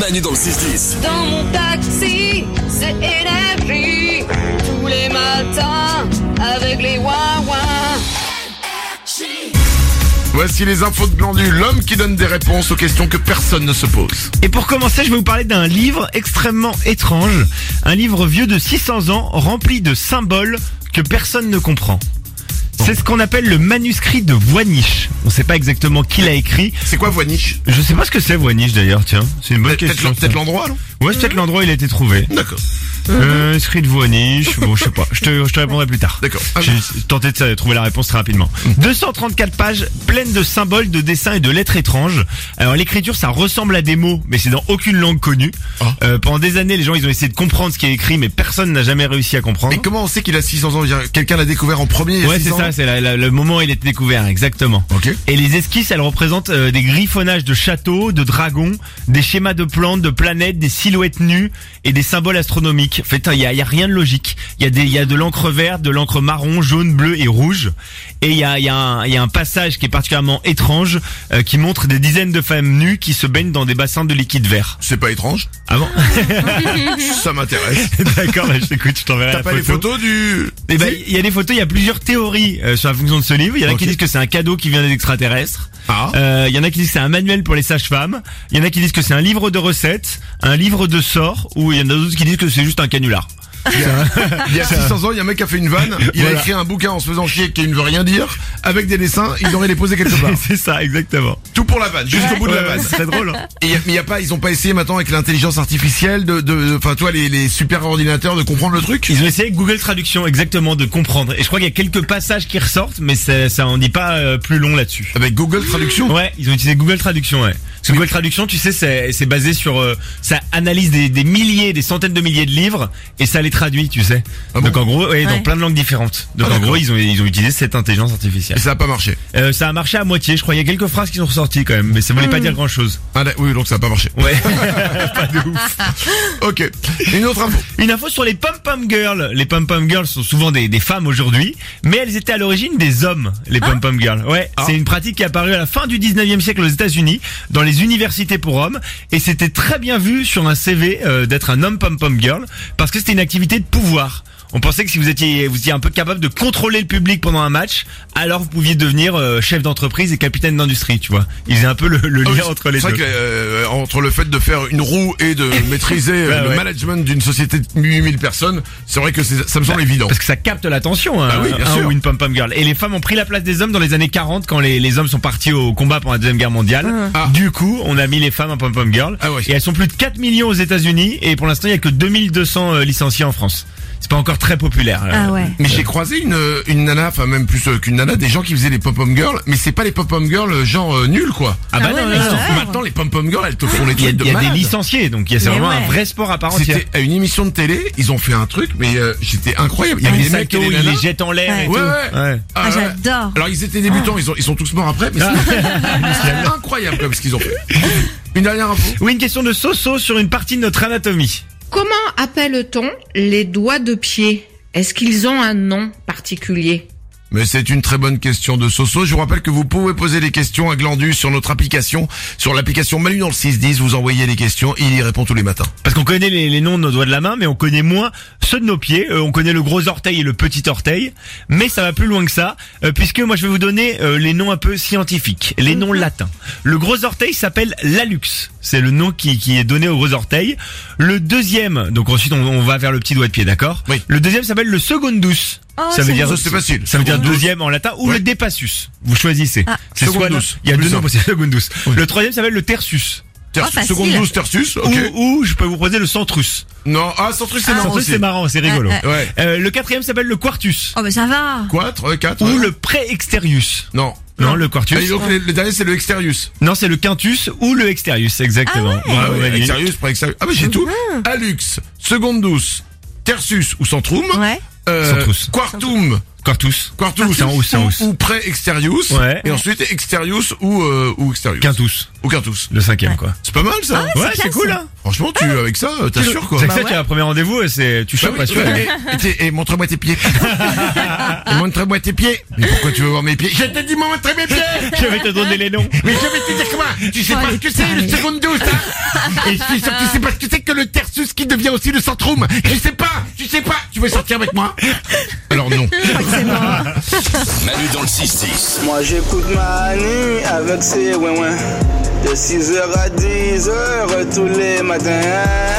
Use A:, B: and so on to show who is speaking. A: Manu dans le 6-10.
B: Dans mon taxi, c'est énergie. Tous les matins, avec les wawa.
C: Voici les infos de Glandu, l'homme qui donne des réponses aux questions que personne ne se pose.
D: Et pour commencer, je vais vous parler d'un livre extrêmement étrange. Un livre vieux de 600 ans, rempli de symboles que personne ne comprend. C'est ce qu'on appelle le manuscrit de Voynich. On ne sait pas exactement qui l'a écrit.
C: C'est quoi Voynich
D: Je sais pas ce que c'est Voynich d'ailleurs, tiens. C'est une bonne
C: Peut-être
D: question.
C: l'en-
D: ça.
C: peut-être l'endroit, non
D: Ouais, c'est peut-être l'endroit où il a été trouvé.
C: D'accord.
D: Euh, inscrit de Voynich. Bon, je sais pas. Je te, je te répondrai plus tard.
C: D'accord. Ah, Mm.
D: J'ai tenté de sa- trouver la réponse très rapidement. 234 pages pleines de symboles, de dessins et de lettres étranges. Alors l'écriture, ça ressemble à des mots, mais c'est dans aucune langue connue.
C: Ah.
D: Euh, pendant des années, les gens, ils ont essayé de comprendre ce qui est écrit, mais personne n'a jamais réussi à comprendre.
C: Mais comment on sait qu'il a 600 ans Quelqu'un l'a découvert en premier il y a
D: Ouais,
C: 600
D: c'est ça,
C: ans hein.
D: c'est la- la- le moment où il a été découvert, exactement.
C: Ok.
D: Et les esquisses, elles représentent euh, des griffonnages de châteaux, de dragons, des schémas de plantes, de planètes, des silhouettes nues et des symboles astronomiques. En fait, hein, il y a, y a rien de logique. Il y a des, il y a de l'encre verte, de l'encre marron, jaune, bleu et rouge. Et il y a, y, a un- y a un passage qui est particulièrement étrange euh, qui montre des dizaines de femmes nues qui se baignent dans des bassins de liquide vert.
C: C'est pas étrange
D: Ah bon
C: Ça m'intéresse.
D: D'accord, bah, je t'écoute, je t'enverrai
C: T'as
D: la
C: pas
D: photo.
C: les photos du...
D: Eh ben, il y a des photos, il y a plusieurs théories euh, sur la fonction de ce livre. Il y en a qui
C: Ok.
D: disent que c'est un cadeau qui vient des extraterrestres.
C: Ah.
D: Euh, Il y en a qui disent que c'est un manuel pour les sages-femmes. Il y en a qui disent que c'est un livre de recettes, un livre de sorts, ou il y en a d'autres qui disent que c'est juste un canular.
C: Il y a 600 ans, il y a un mec qui a fait une vanne, il a
D: Voilà.
C: écrit un bouquin en se faisant chier qui ne veut rien dire, avec des dessins, il aurait les posés quelque part.
D: c'est ça, exactement.
C: Tout pour la vanne, jusqu'au bout de la
D: Ouais,
C: vanne.
D: c'est très drôle. hein.
C: Et y a- mais y a pas, ils ont pas essayé maintenant avec l'intelligence artificielle de, de, de- enfin, toi, les, les super ordinateurs de comprendre le truc.
D: Ils ont essayé avec Google Traduction, exactement, de comprendre. Et je crois qu'il y a quelques passages qui ressortent, mais ça, ça en dit pas euh, plus long là-dessus.
C: Avec Google Traduction.
D: Ouais, ils ont utilisé Google Traduction, ouais. Parce que Google Traduction, tu sais, c'est c'est basé sur... euh, ça analyse des, des milliers, des centaines de milliers de livres et ça les traduit, tu sais.
C: Ah bon
D: Donc en gros, ouais, dans
E: Ouais.
D: plein de langues différentes. Donc
C: Ah,
D: en
C: d'accord.
D: gros, ils ont, ils ont utilisé cette intelligence
C: Et
D: artificielle.
C: ça a pas marché.
D: Euh, ça a marché à moitié, je crois. Il y a quelques phrases qui sont ressorties quand même, mais ça voulait pas dire grand-chose.
C: Ah, là, oui, donc ça a pas marché.
D: Ouais.
C: Ok. Une autre info.
D: Une info sur les pom-pom girls. Les pom-pom girls sont souvent des, des femmes aujourd'hui, mais elles étaient à l'origine des hommes, les
C: Ah.
D: pom-pom girls. Ouais, c'est une pratique qui est apparue à la fin du 19e siècle aux États-Unis, dans les universités pour hommes, et c'était très bien vu sur un CV euh, d'être un homme pom-pom girl, parce que c'était une activité de pouvoir. On pensait que si vous étiez, vous étiez un peu capable de contrôler le public pendant un match, alors vous pouviez devenir euh, chef d'entreprise et capitaine d'industrie, tu vois. Ils faisaient un peu le, le
C: Ah oui,
D: lien entre les
C: c'est
D: deux.
C: vrai que, euh, entre le fait de faire une roue et de maîtriser euh,
D: Ouais,
C: le
D: ouais.
C: management d'une société de 8000 personnes, c'est vrai que c'est- ça me semble évident.
D: Bah, Parce que ça capte l'attention, hein,
C: Bah oui, bien
D: un
C: sûr.
D: ou une pom-pom girl. Et les femmes ont pris la place des hommes dans les années 40 quand les, les hommes sont partis au combat pendant la Deuxième Guerre mondiale.
C: Ah.
D: Du coup, on a mis les femmes en pom-pom girl.
C: Ah ouais.
D: Et elles sont plus de 4 millions aux États-Unis et pour l'instant, il y a que 2200 euh, licenciés en France. C'est pas encore très populaire. euh.
E: Ah ouais.
C: Mais j'ai croisé une, euh, une nana, enfin même plus euh, qu'une nana, des gens qui faisaient les pop-pom girls, mais c'est pas les pop-pom girls euh, genre euh, nul quoi.
D: Ah bah
E: Ah ouais,
D: non,
E: mais
D: non, non.
E: c'est vrai.
C: Maintenant les pom-pom girls, elles te font les
D: Il y a,
C: trucs de
D: il y a des
C: malade.
D: licenciés, donc il y a- c'est
E: Mais
D: vraiment un
E: ouais.
D: vrai sport à part entière.
C: C'était à une émission de télé, ils ont fait un truc, mais euh, j'étais incroyable. Il y avait des
D: Ah, Les
C: mecs et
D: saltos,
C: des
D: ils les
C: nanas.
D: jettent en l'air
E: Ouais.
D: et
C: Ouais,
D: tout.
C: ouais.
D: Ouais.
C: Ah,
E: Ah,
C: ouais.
E: j'adore.
C: Alors ils étaient débutants, ils, ont- ils sont tous morts après,
D: Ah.
C: mais c'est incroyable comme ce qu'ils ont fait. Une dernière info.
D: Oui, une question de Soso sur une partie de notre anatomie.
F: Comment appelle-t-on les doigts de pied Est-ce qu'ils ont un nom particulier
C: Mais c'est une très bonne question de Soso. Je vous rappelle que vous pouvez poser des questions à Glandu sur notre application, sur l'application Manu dans le 610. Vous envoyez les questions, il y répond tous les matins.
D: Parce qu'on connaît les, les noms de nos doigts de la main, mais on connaît moins ceux de nos pieds. Euh, on connaît le gros orteil et le petit orteil, mais ça va plus loin que ça, euh, puisque moi je vais vous donner euh, les noms un peu scientifiques, les noms latins. Le gros orteil s'appelle l'allux, c'est le nom qui, qui est donné au gros orteil. Le deuxième, donc ensuite on, on va vers le petit doigt de pied, d'accord
C: Oui.
D: Le deuxième s'appelle le secondus.
E: Oh,
D: ça veut dire
C: Ça, c'est facile.
D: ça veut dire deuxième en latin ou
C: Ouais.
D: le dépassus. Vous choisissez. C'est soit
C: Secondus.
D: il y a
C: Plus
D: deux noms
C: simple.
D: possibles. Secondus. Le troisième s'appelle le tertius.
C: Tertius,
E: Oh, facile.
C: seconde douce, tertius, ok.
D: Ou, ou je peux vous proposer le centrus.
C: Non, ah, centrus, c'est
E: Ah,
C: marrant
D: Centrus,
C: aussi.
D: c'est marrant, c'est rigolo.
E: Ah,
C: Ouais.
D: Euh, le quatrième s'appelle le quartus
E: Oh, mais ça va.
C: Quatre, euh, quatre.
D: ou
C: ouais.
D: le pré-exterius.
C: Non.
D: Non, le
C: Allez,
D: quartus.
C: donc, le, le dernier, c'est le exterius.
D: Non, c'est le quintus ou le exterius, exactement.
C: Ah
D: Bravo,
C: ouais,
D: Manu. Ah
C: exterius, pré-exterius. Ah, mais j'ai tout. Alux, seconde douce, tertius ou centrum.
E: Ouais.
C: euh,
D: Sans tous.
C: Quartum.
D: Quartus.
C: Quartus.
D: C'est en hausse, c'est en
C: ou,
D: hausse.
C: ou pré-exterius.
D: Ouais.
C: Et ensuite exterius ou, euh, ou exterius.
D: Quintus.
C: Ou quintus.
D: Le cinquième, quoi.
C: C'est pas mal ça.
D: Ouais, c'est
A: classe.
D: cool, hein.
C: Franchement, tu, avec ça, euh, t'assures quoi.
D: C'est que
A: Bah
D: ça,
A: ouais.
D: tu as un premier rendez-vous et c'est, tu
C: Bah
D: chopes
C: oui,
D: pas
C: tu vois, et- et t'es- et montre-moi tes pieds. Et montre-moi tes pieds. Mais pourquoi tu veux voir mes pieds Je t'ai dit montre mes pieds
D: Je vais te donner les noms.
C: Mais je vais te dire quoi Tu sais pas ce que c'est le second douce hein Et je suis sûr que tu sais pas ce que c'est que le tersus qui devient aussi le centrum Tu sais pas Tu sais pas Tu veux sortir avec moi Alors non.
E: Manu dans le 6-10.
G: Moi j'écoute Manu avec ses ouin-ouin De 6h à 10h tous les matins